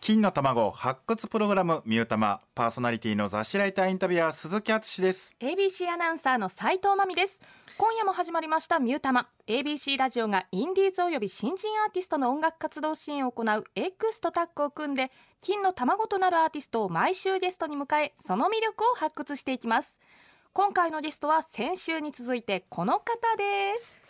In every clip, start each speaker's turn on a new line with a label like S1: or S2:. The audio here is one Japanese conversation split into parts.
S1: 金の卵発掘プログラムミュータマパーソナリティの雑誌ライターインタビュアー鈴木敦です
S2: ABC アナウンサーの斉藤真美です今夜も始まりましたミュータマ ABC ラジオがインディーズおよび新人アーティストの音楽活動支援を行う X とタッグを組んで金の卵となるアーティストを毎週ゲストに迎えその魅力を発掘していきます今回のゲストは先週に続いてこの方です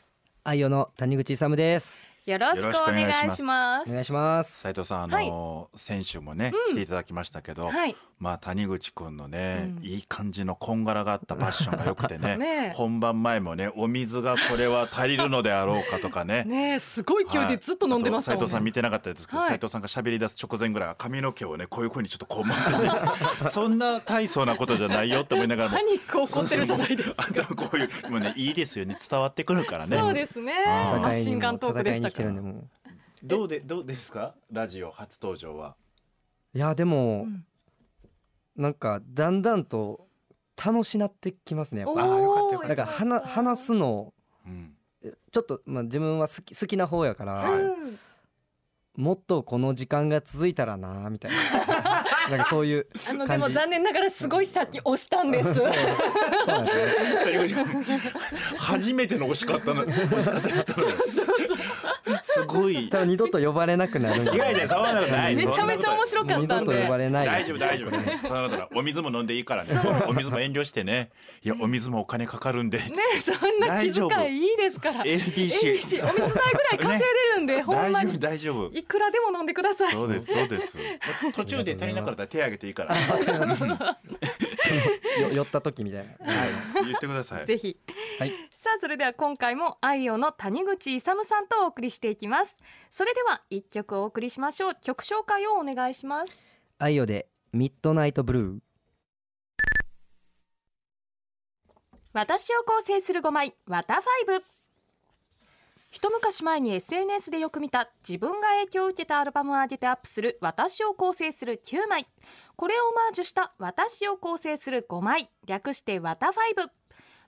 S3: 愛用の谷口勇です。
S2: よろしくお願いします
S3: お願いします。
S1: 斉藤さんあのー、先週もね、来ていただきましたけど、
S2: はい
S1: まあ谷口くんのね、
S2: うん
S1: いい感じのこんがらがったファッションが良くてね
S2: ねえ
S1: 本番前もねお水がこれは足りるのであろうかとかね
S2: ねえすごい勢いでずっと飲んでました
S1: はいあと斉藤さん
S2: もんね
S1: 見てなかったですけど、
S2: はい
S1: 斉藤さんが喋り出す直前ぐらい髪の毛をねこういう風にちょっとこう持ってね そんな大層なことじゃないよって思いながらも
S2: パニック起こってるじゃないですか
S1: あんたはこういうもうねいいですよね伝わってくるからね
S2: そうですね
S1: あー
S2: マシンガントークでしたから
S3: 戦いに来てるんでも
S1: どうでどうですかラジオ初登場は
S3: ういやでも、
S2: うん
S3: なんかだんだんと楽しなってきますね。やっ
S1: あ
S3: ぱ
S1: ーよかったよ
S3: なんか話話すの
S1: うん
S3: ちょっとまあ自分は好き好きな方やから、
S1: はい
S2: うん
S3: もっとこの時間が続いたらなみた いななんかそういう
S2: あので
S3: 感
S2: も
S3: じ。
S2: 残念ながらすごい先押したんです。
S3: そうなんですよね
S1: 谷口君初めての惜しかったの惜しかっただったのよすごい
S3: 多分二度と呼ばれなくなるん じゃない
S1: 違う違うそんなことない
S2: めちゃめちゃ面白か
S3: 二
S2: った
S3: 度
S2: ん
S3: と呼ば
S2: で。
S3: れない
S1: 大丈夫大丈夫そんなことないお水も飲んでいいからねお水も遠慮してねいやお水もお金かかるんで、
S2: ねそんな気遣いいいですから。
S1: ABC
S2: えいしお水代ぐらい稼いでるんで、ほん
S1: 大
S2: ま
S1: 丈
S2: に
S1: 夫大丈夫
S2: いくらでも飲んでください。
S1: そうですそうです途中で足りなかったら手挙げていいからはい
S3: よ寄 った時みたいな。
S1: 言ってください
S2: ぜひ。
S3: はい
S2: さあそれでは今回も愛用の谷口勇さんとお送りしていきます。それでは一曲お送りしましょう。曲紹介をお願いします。
S3: アイオでミッドナイトブルー。
S2: 私を構成する5枚ワタファイブ一昔前に SNS でよく見た自分が影響を受けたアルバムを上げてアップする私を構成する9枚これをオマージュした私を構成する5枚略してワタファイブ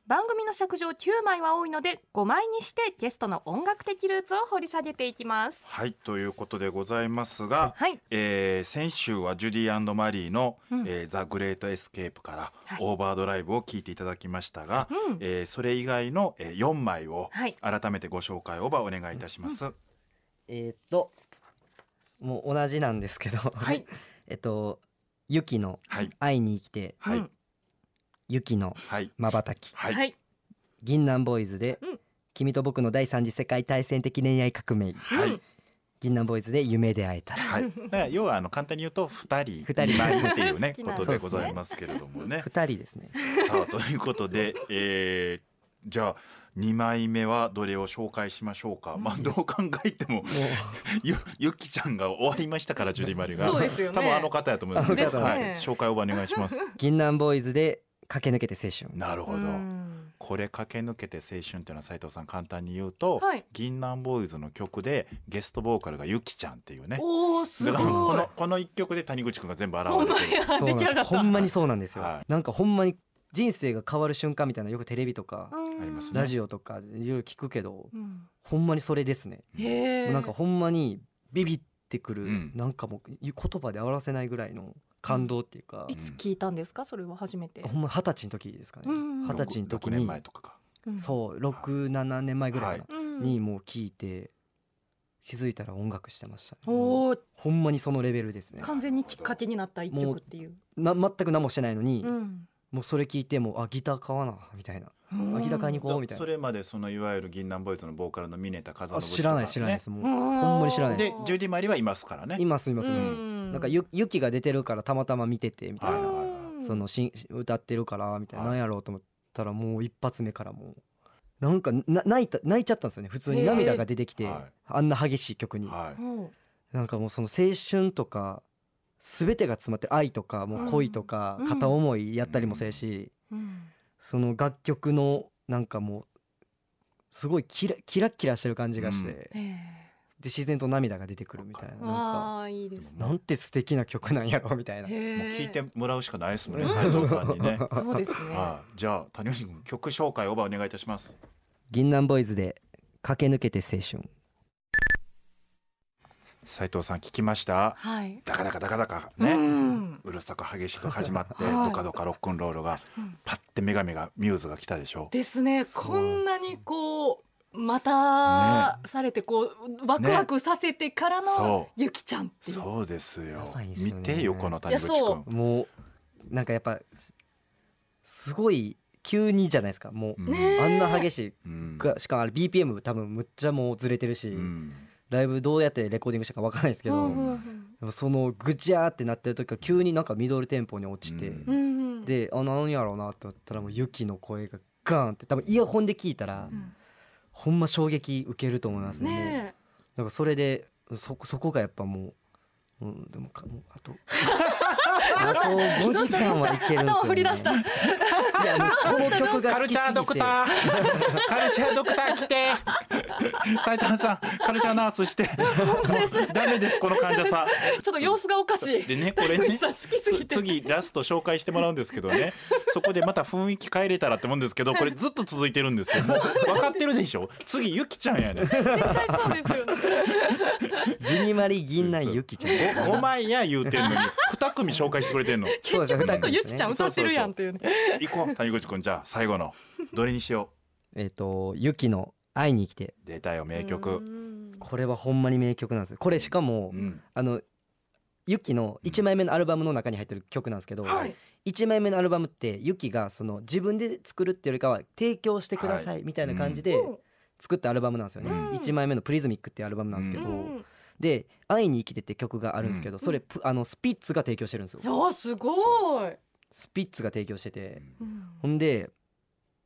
S2: 番組の尺上9枚は多いので5枚にしてゲストの音楽的ルーツを掘り下げていきます
S1: はいということでございますが、
S2: はい
S1: えー先週はジュディマリーの「
S2: うん
S1: えーザ・グレート・エスケープ」から
S2: はい
S1: 「オーバードライブ」を聞いていただきましたが、
S2: うん
S1: えーそれ以外の、え4枚を
S2: はい
S1: 改めてご紹介をばお願いいたします。
S3: えーっともう同じなんですけど、
S2: い
S3: えっとユキの
S1: はい
S3: 会いに生きて
S1: はい、
S2: うん
S3: ユキの
S1: はい
S3: 瞬き
S1: はい、
S2: はい
S3: 銀杏ボーイズで、
S2: うん
S3: 君と僕の第三次世界大戦的恋愛革命
S1: はい
S2: うん
S3: 銀杏ボーイズで夢で会えたら
S1: はい、だから要はあの簡単に言うと二人
S3: 二人
S1: 二枚っていうね
S2: 好き
S1: こ
S2: なんですね
S1: とでございますけれどもね。
S3: 二人ですね
S1: さあということで、えーじゃあ2枚目はどれを紹介しましょうか、まあどう考えても
S3: もう
S1: ゆゆきちゃんが終わりましたからジュディマリが
S2: そうですよね
S1: 多分あの方やと思います
S3: ですね
S1: はい、紹介をお願いします
S3: 銀杏ボーイズで駆け抜けて青春
S1: なるほど、
S2: うん
S1: これ駆け抜けて青春っていうのは斉藤さん簡単に言うと、
S2: はい
S1: 銀杏ボーイズの曲でゲストボーカルがゆきちゃんっていうね
S2: おおす
S1: だ
S2: ご
S1: からこ
S2: い
S1: のこの一曲で谷口くんが全部現
S2: ほんま
S1: れてる
S2: や
S3: そう
S2: 出
S3: なん
S2: 来上が
S3: で
S2: っ
S3: す
S2: た
S3: ほんまにそうなんですよ、
S1: は
S3: なんかほんまに人生が変わる瞬間みたいなのよくテレビとか、
S1: ありますね
S3: ラジオとかでいろいろ聞くけど
S2: うん
S3: ほんまにそれですね
S2: へえ。
S3: なんかほんまにビビってくる、
S1: うん
S3: なんかもう言葉で表せないぐらいの感動っていうか、
S2: いつ聞いたんですかそれは初めて。
S3: ほんま二十歳の時ですかね
S2: う
S3: 二
S2: んうん
S3: 十、歳の時
S1: 6年
S3: に
S1: 前とかか
S2: うん
S3: そう67年前ぐらいかな、
S2: うん。
S3: にもう聞いて気づいたら音楽してました、ね、
S2: おお
S3: ほんまにそのレベルですね
S2: 完全にきっかけになった一曲っていう。
S3: な全く何もしてないのに、
S2: うん。
S3: もうそれ聞いてもうあギター買わなみたいな明らかにここみたいな
S1: それまでそのいわゆる銀杏ボーイズのボーカルのミネタカザノ
S3: あ
S1: ブシ
S3: 知
S1: とからね
S3: ない知らないですもう、
S2: ほ
S3: んまに知らない
S1: でジュ
S2: 十
S1: ディマリはいますからね
S3: 今すいません、
S2: ん
S3: なんかゆユキが出てるからたまたま見ててみたいな、
S1: はい
S3: そのし歌ってるからみたいな、
S1: はい
S3: なんやろうと思ったらもう一発目からもうなんかな泣いた泣いちゃったんですよね普通
S2: へ
S3: に
S2: え
S3: 涙が出てきて、
S1: はい
S3: あんな激しい曲に、
S1: は
S2: うん
S3: なんかもうその青春とか全てが詰まってる愛とかもう恋とか
S2: うん
S3: 片思いやったりもせえし、
S2: うん
S3: その楽曲のなんかもうすごいキラキラッキラしてる感じがし
S1: う
S3: て、
S1: ん
S3: で
S2: へえ。
S3: 自然と涙が出てくるみたいななんか
S2: ああいいです。
S1: い
S3: なんて素敵な曲なんやろみたいな。
S2: へえ
S1: もう聞いて。もらうしかないですもんね斉藤さんに ね
S2: そうですね。
S1: はい、じゃあ谷口君曲紹介をばお願いいたします
S3: 銀杏ボーイズで駆け抜けて青春
S1: 斉藤さん聞きました
S2: はい。
S1: ダカダカダカダカね、
S2: うん
S1: うるさく激しく始まって、
S2: はい
S1: ドカドカロックンロールが
S2: うん
S1: パッて女神がミューズが来たでしょ
S2: ですね。
S3: そう
S2: こんなにこうまたされてこうワクワクさせてからの
S1: そ
S2: ゆきちゃんっていう。
S1: そうですよ
S3: やばいです
S1: 見
S3: よね
S1: てよこの谷口
S2: いや
S1: く
S2: そ
S1: ん
S3: もうなんかやっぱすすごい急にじゃないですかも
S1: う
S3: う、
S1: ん
S2: ね
S3: あんな激しい
S1: うん
S3: がしかもあれ BPM 多分むっちゃもうずれてるし、
S1: うん
S3: ライブどうやってレコーディングしたかわからないですけど、
S2: うんうん
S3: でもそのぐちゃーってなってる時は急になんかミドルテンポに落ちて、
S1: うん
S2: うんうんうん。
S3: であ何やろうなって思ったらもうユキの声がガーンって多分イヤホンで聞いたら、
S1: うん
S3: ほんま衝撃受けると思いますねもう
S2: ね
S3: なんかそれでそこそこがやっぱもう、うん、でもかもうあとあと
S2: え。
S3: 5
S2: どう
S3: 時
S2: した
S3: 間
S2: どう
S3: はい
S2: し
S3: け
S2: た
S3: るん
S2: 頭
S3: ですよ、ね、
S2: 振り出した。
S3: いやもうこの曲が
S1: カ
S3: 好
S1: ル
S3: き
S1: チ
S3: す
S1: ャード
S3: ぎ
S1: ク
S3: て
S1: ターカルチャードクター来て斉藤さんカルチャーナース してダメですこの患者さん
S2: ちょっと様子がおかしい。
S1: でねこれ
S2: 田
S1: ね
S2: 口さん好きすぎて
S1: つ次ラスト紹介してもらうんですけど ねそこでまた雰囲気変えれたらって思うんですけどこれずっと続いてるんですよもう分かってるでしょ次ゆきちゃんやね
S2: 絶対そうですよね。
S3: ユニマリ銀内ユキちゃん
S1: 5枚や言うてんのに2組紹介してくれてんの
S3: そ
S2: 結
S3: うですね
S2: 局なんかゆきちゃん歌ってるやんっていうね。
S1: 行こう谷口くんじゃあ最後のどれにしよ
S3: えっ、とユキの会いに来て
S1: う出たよ名曲
S2: うん
S3: これはほんまに名曲なんですよこれしかも、
S1: うん
S3: あのユキの1枚目のアルバムの中に入ってる曲なんですけど、
S2: はい。
S3: 1枚目のアルバムってユキがその自分で作るっていうよりかは提供してくださいみたいな感じで
S2: うん
S3: 作ったアルバムなんですよね、
S1: うん
S3: 1枚目の「プリズミック」っていうアルバムなんですけど、
S2: うん。
S3: で「愛に生きて」って曲があるんですけど、
S2: ん
S3: それプあのスピッツが提供してるんです
S2: い
S3: よ、
S2: やすごい。
S3: スピッツが提供してて、
S2: うん
S3: ほんで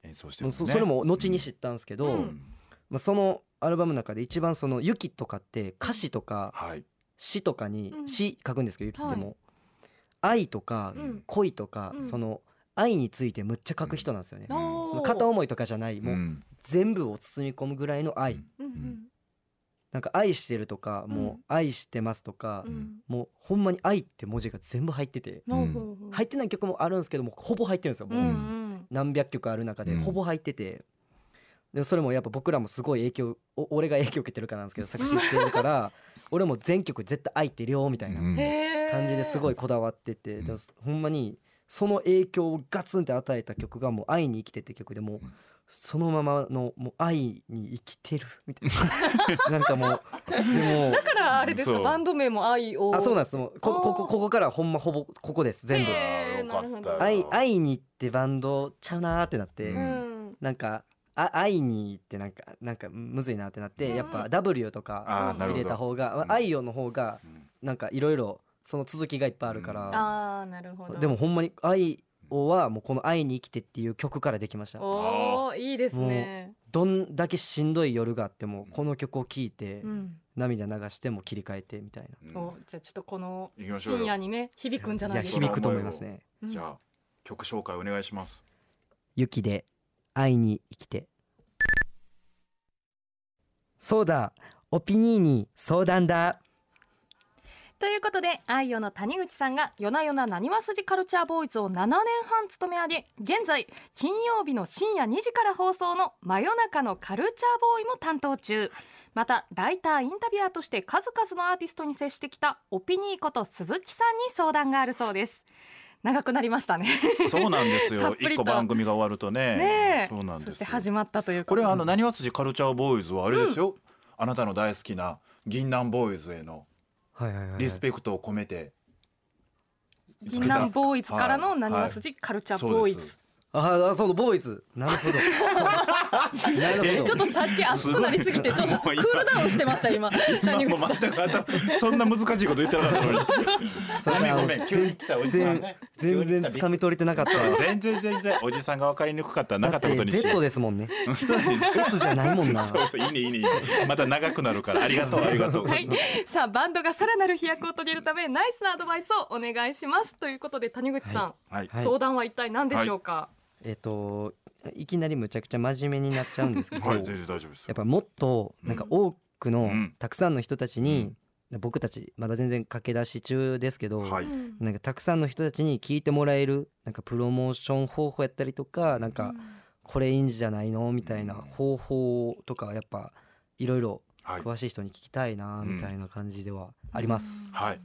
S1: 演奏してるのね
S3: そそれも後に知ったんですけど、
S2: うん
S3: まあ、そのアルバムの中で一番その「ユキ」とかって歌詞とか
S1: はい
S3: 詩とかに
S2: うん
S3: 詩書くんですけどユキっても、愛とか
S2: うん
S3: 恋とか、
S2: うん
S3: その愛についてむっちゃ書く人なんですよね。
S1: うん
S2: おー
S3: その片思いとかじゃないもうう全部を包み込むぐらいの愛、
S1: うん
S2: うんうん
S3: なんか愛してるとか、
S2: う
S3: も
S2: ん
S3: う愛してますとか、
S2: うん
S3: もうほんまに愛って文字が全部入ってて、
S1: うん
S2: うんうんうん
S3: 入ってない曲もあるんですけどもうほぼ入ってるんですよ、
S2: う
S3: もうん
S2: うん
S3: 何百曲ある中で
S1: うん
S3: ほぼ入ってて、でもそれもやっぱ僕らもすごい影響お俺が影響受けてるからなんですけど作詞してるから俺も全曲絶対愛ってるよみたいな
S1: うん
S2: へー
S3: 感じですごいこだわってて、
S1: うん
S3: でもほんまにその影響をガツンって与えた曲が「もう愛に生きて」って曲でもう
S1: うん
S3: そのままの「もう愛に生きてる」みたい ななんかもうでも
S2: だからあれです
S1: そ
S2: か
S1: う
S2: バンド名も愛を
S3: あそうなんですもうこここここからほんまほぼここです全部
S2: へー
S1: あーよかったよ
S3: 「愛愛に」ってバンドちゃうなーってなって、
S1: う
S2: うん
S3: なんか「あ愛に」ってなんかなんかむずいなってなって、
S2: うん
S3: やっぱ「W」とか
S1: あーなる
S3: 入
S1: ほ
S3: れ
S1: ど
S3: た方が
S1: う
S3: 「
S1: ん
S3: 愛よ」の方が
S1: うん
S3: なんかいろいろその続きがいっぱいあるから。
S2: あーなるほど
S3: でもほんまに「愛を」はもうこの「愛に生きて」っていう曲からできました
S2: おーいいですね
S3: どんだけしんどい夜があってもこの曲を聴いて
S2: うん
S3: 涙流しても切り替えてみたいな
S1: うん
S2: おじゃあちょっとこの
S1: 行きましょうよ
S2: 深夜にね響くんじゃ
S3: い
S2: な
S3: や
S2: いですか
S3: 響くと思いますね
S2: うん
S1: じゃあ曲紹介お願いします
S3: 「雪で愛に生きて」そうだオピニーに相談だ
S2: ということで愛用の谷口さんが夜な夜ななにわ筋カルチャーボーイズを7年半務め上げ現在金曜日の深夜2時から放送の「真夜中のカルチャーボーイ」も担当中またライターインタビュアーとして数々のアーティストに接してきたオピニーこと鈴木さんに相談があるそうです長くなりまし たね
S1: そうなんです
S2: た
S1: よ
S2: っぷりと
S1: 一個番組が終わるとね
S2: ねえ
S1: そうなんで
S2: そし
S1: す
S2: て
S1: よ
S2: 始まったという
S1: こ
S2: こと
S1: れ
S2: で
S1: はあのなにわ筋カルチャーボーイズはあれですよ、あなたの大好きな銀杏ボーイズへの
S3: はいはいはい
S1: リスペクトを込めて
S2: 銀杏ボーイズからの
S1: はい
S2: なにわ筋カルチャーボーイズ、
S3: ああそうボーイズなる ほどなるほど
S1: え
S2: ちょっとさっき熱くなりすぎてちょっとクールダウンしてました今
S1: はい
S2: 谷
S1: 今
S2: 口
S1: も
S2: さん
S1: う全く頭 そんな難しいこと言ってなかったのに
S3: そ
S1: ご
S3: れ
S1: めん
S3: あ
S1: ご
S3: の
S1: めん急に来たおじさんね
S3: 全然掴み取れてなかった
S1: 全然全然おじさんが分かりにくかったらなか
S3: だ
S1: っ
S3: った
S1: ことに
S3: て
S1: して
S3: Z ですもんね
S1: そうです
S3: S じゃないもん な
S1: そうそういいねいいねいいねまた長くなるからありがとうありがとう、
S2: はい、さあバンドがさらなる飛躍を遂げるためナイスなアドバイスをお願いしますということで谷口さん、
S1: はい
S3: はい
S2: 相談は一体何でしょうか、、
S3: えっ、といきなりむちゃくちゃ真面目になっちゃうんですけど、
S1: はい
S3: や
S1: 全然大丈夫です
S3: っぱもっとなんか多くの、
S1: うん
S3: たくさんの人たちに、僕たちまだ全然駆け出し中ですけど、
S1: はいう
S2: ん
S3: なんかたくさんの人たちに聞いてもらえるなんかプロモーション方法やったりとかなんかこれいいんじゃないのみたいな
S1: うん
S3: 方法とかやっぱいろいろ
S1: はい
S3: 詳しい人に聞きたいなみたいな感じではあります。
S1: はい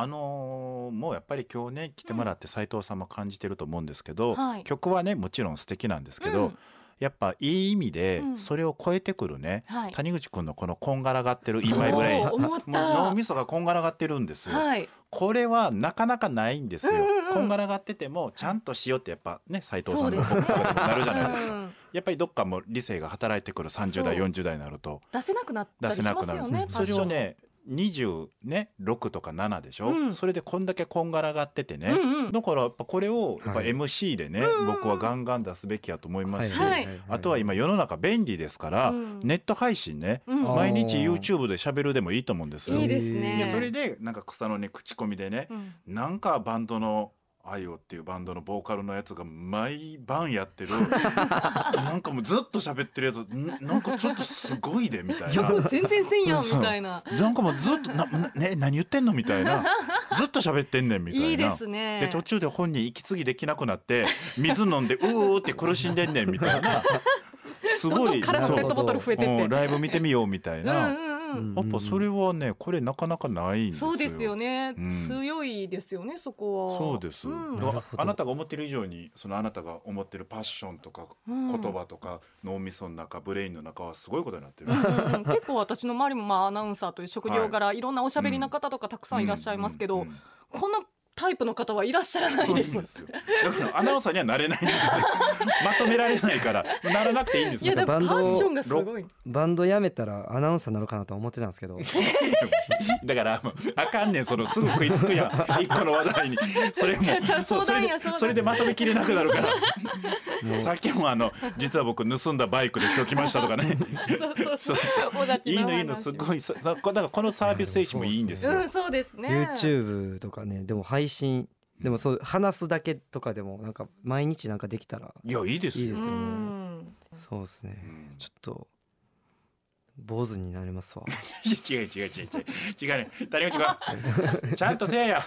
S1: あのーもうやっぱり今日ね来てもらって斉藤さんも感じてると思うんですけど、
S2: はい
S1: 曲はねもちろん素敵なんですけど、
S2: うん
S1: やっぱいい意味で
S2: うん
S1: それを超えてくるね、
S2: はい
S1: 谷口くんのこのこんがらがってる今ぐらい
S2: そう
S1: も
S2: 思っ
S1: う
S2: た
S1: 脳みそがこんがらがってるんですよ、
S2: はい
S1: これはなかなかないんですよ、
S2: うんうんうん
S1: こんがらがっててもちゃんとしようってやっぱね斉藤さ
S2: そうん
S1: の
S2: です
S1: 僕
S2: ね
S1: とかにもなるじゃないですか、
S2: うん
S1: やっぱりどっかもう理性が働いてくる30代
S2: そう
S1: 40代になると
S2: 出せなくなっ
S1: 出
S2: たり
S1: せ
S2: し
S1: な
S2: ま
S1: く
S2: す
S1: なる
S2: よ
S1: ん
S2: ね
S1: です
S2: パ
S1: そ
S2: ッシ
S1: れ
S2: ョン
S1: をね26とか7でしょ、
S2: うん
S1: それでこんだけこんがらがっててね、
S2: うんうん
S1: だからやっぱこれをやっぱ
S3: はい
S1: MC でね、
S2: うんうんうん
S1: 僕はガンガン出すべきやと思いますし、
S2: はい
S1: あとは今世の中便利ですから、
S2: うん
S1: ネット配信ね、
S2: うん
S1: 毎日
S3: あー
S1: YouTube で喋るでもいいと思うんですよ。
S2: いいです
S1: で
S2: ね
S1: それでなんか草のね口コミでね、
S2: うん
S1: なんかバンドの「あいよ」っていうバンドのボーカルのやつが毎晩や ってるなんかもうずっと喋ってるやつんなんかちょっとすごいでみたい な。
S2: 全然せんやんみた いな
S1: なんかもうずっとな、なね、何言ってんのみたいなずっと喋ってんねんみたいな。
S2: いいです
S1: で
S2: ね
S1: 途中で本人息継ぎできなくな って水飲んでうーって苦しんでんねんみたいなす
S2: どん
S1: ご
S2: どん
S1: い
S2: 空の
S1: そ
S2: ペ
S1: う
S2: ットボトル増えてって
S1: うんライブ見てみようみたい
S2: うん
S1: な。
S2: うんうん
S1: やっぱそれはねこれなかなかないんですよ。
S2: そうですよね、
S1: うん
S2: 強いですよねそこは
S1: そうです、
S2: ん
S1: だから
S3: なるほど
S1: あなたが思ってる以上にそのあなたが思ってるパッションとか
S2: うん
S1: 言葉とか脳みその中ブレインの中はすごいことになってる、
S2: うんうんうん結構私の周りもまあアナウンサーという職業からいろんなおしゃべりな方とかたくさんいらっしゃいますけど、
S1: うんうんうん
S2: このタイプの方はいらっしゃらない
S1: そう
S2: で。
S1: ですすよだからアナウンサーにはなれないんですよ まとめられないからならなくていいんです
S2: い
S1: よ
S2: やでもパ
S3: バンドを
S2: ッションがすごい。
S3: バンド辞めたらアナウンサーになるかなとは思ってたん ですけど
S1: だからもうあかんねんそのすぐ食いつく やん一個の話題にそれも
S2: ちゃうちゃう
S1: そうそ
S2: 相
S1: れで
S2: 談や相談
S1: それでまとめきれなくなるから
S3: もう
S1: さっきもあの実は僕盗んだバイクで今日来ましたとか ね
S2: そうそうそう。尾崎
S1: いいのいい
S2: お
S1: の
S2: 話
S1: すごいささこだからこのサービス精神もいいんです
S2: う
S1: よ
S2: ん、そうですね。
S3: YouTube とかねでも配信でもそう話すだけとかでもなんか毎日なんかできたら
S1: いやいいです
S3: いい
S1: よ
S3: ですよね
S2: うん
S3: そうですね
S1: うん
S3: ちょっと坊主になりますわ
S1: いや違う違う違う違う違うね谷口君ちゃんとせえや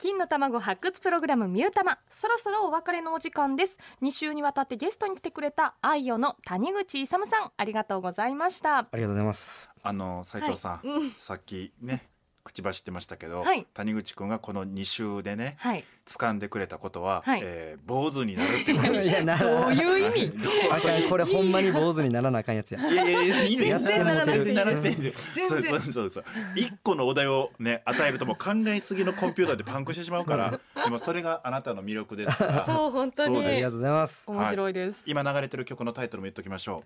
S2: 金の卵発掘プログラムミュータマそろそろお別れのお時間です2週にわたってゲストに来てくれたアイオの谷口勇さんありがとうございました
S3: ありがとうございます
S1: あの斉藤さん、
S2: はいうん
S1: さっきね口走ってましたけど、
S2: はい
S1: 谷口君がこの2週でね
S2: はい
S1: 掴んでくれたことは、
S2: はい
S1: えー坊主になるってことでし
S3: い
S1: た
S3: やな
S2: どういう意味
S3: あかんこれほんまに坊主にならなあかんやつや
S1: いやいやいやいいね
S2: 全然ならなくていい
S1: やっても全然
S2: 全然
S1: そうそうそうそう一個のお題をね与えるともう考えすぎのコンピューターでパンクしてしまうからでもそれがあなたの魅力ですから
S2: そう本当
S1: そ
S2: に
S1: う
S3: あり
S1: で
S3: がとうございます
S2: 面白いです、
S1: 今流れてる曲のタイトルも言っときましょ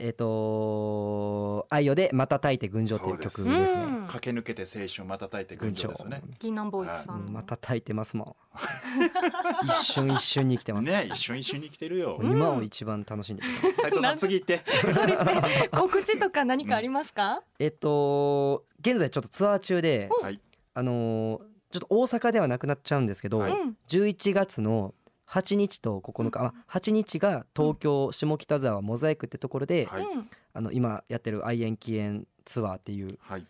S3: えっ、と「愛よでまたたいて群青」という曲ですね
S1: そう
S2: です
S1: う、
S2: うん
S1: 駆け抜けて青春またたいて群
S3: 群
S1: 青
S3: 青
S1: ですよね
S2: 銀杏ボーイズさ、
S3: うんんまたたいてますもん一瞬一瞬に生きてます、
S1: ね一緒に一緒に生きてるよ
S3: もう今を一番楽しんでます
S1: 斉藤さん次行って
S2: そうですね告知とか何かありますか、
S3: えっと現在ちょっとツアー中で
S1: はい
S3: あのーちょっと大阪ではなくなっちゃうんですけど、
S1: は
S2: う
S1: い
S2: ん
S3: 11月の8日と9日、あ8日が東京下北沢モザイクってところで、
S1: はい
S2: うん
S3: あの今やってる愛縁起縁ツアーっていう
S1: はい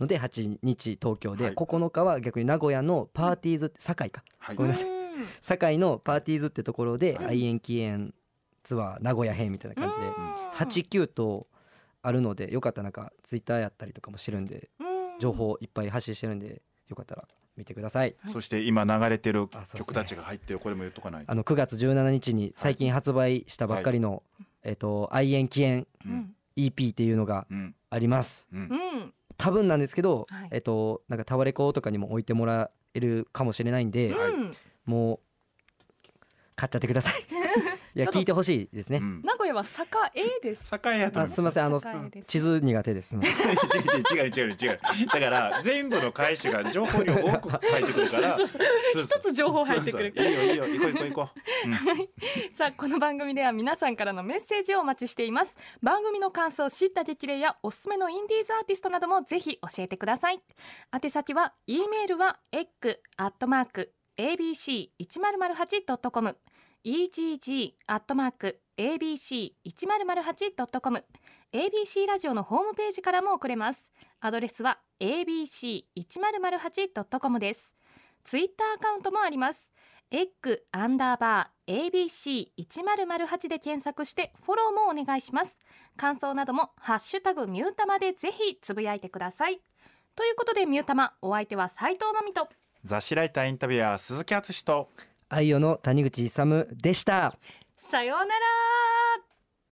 S3: ので8日東京で、
S1: はい
S3: 9日は逆に名古屋のパーティーズって堺か
S1: はい
S3: ごめんなさい
S2: うん
S3: 堺のパーティーズってところで
S1: はい
S3: 愛縁起縁ツアー名古屋編みたいな感じで
S2: うん
S3: 89とあるのでよかったらなんかツイッターやったりとかもしてるんで
S2: うん
S3: 情報いっぱい発信してるんでよかったら見てください。
S1: そして今流れてる
S3: あそうですね
S1: 曲たちが入ってるこれも言っとかない
S3: あの9月17日に最近発売したばっかりの、えっ、と愛縁起縁
S1: う
S2: うんん
S3: EP っていうのが
S1: うん
S3: あります。
S1: うん
S2: うん
S3: 多分なんですけど、
S2: はい
S3: えっ、となんかタワレコとかにも置いてもらえるかもしれないんで、
S1: はい
S2: うん
S3: もう買っちゃってください。いや
S2: ちょっと
S3: 聞いてほしいですね。
S1: うん
S2: 名古屋は坂 A です
S1: 栄やと思
S3: あ
S1: う
S3: すみませんあの
S2: 栄です
S3: 地図苦手です。
S1: 違う違う 違う違う違うだから全部の返しが情報量多く入ってくるから
S2: そう
S1: そうそ
S2: そう
S1: う
S2: 一つ情報入ってくる
S1: そうそういいよいいよ行こう行こう行こう、うん
S2: さあこの番組では皆さんからのメッセージをお待ちしています番組の感想知った激励やおすすめのインディーズアーティストなどもぜひ教えてください宛先は e メールは egg.abc1008.com egg.abc1008.com abc ラジオのホームページからも送れますアドレスは abc1008.com ですツイッターアカウントもありますエッグアンダーバー ABC1008 で検索してフォローもお願いします感想などもハッシュタグミュータマでぜひつぶやいてくださいということでミュータマお相手は斉藤まみと
S1: 雑誌ライターインタビュアー鈴木敦史と
S3: 愛用の谷口勇でした
S2: さようなら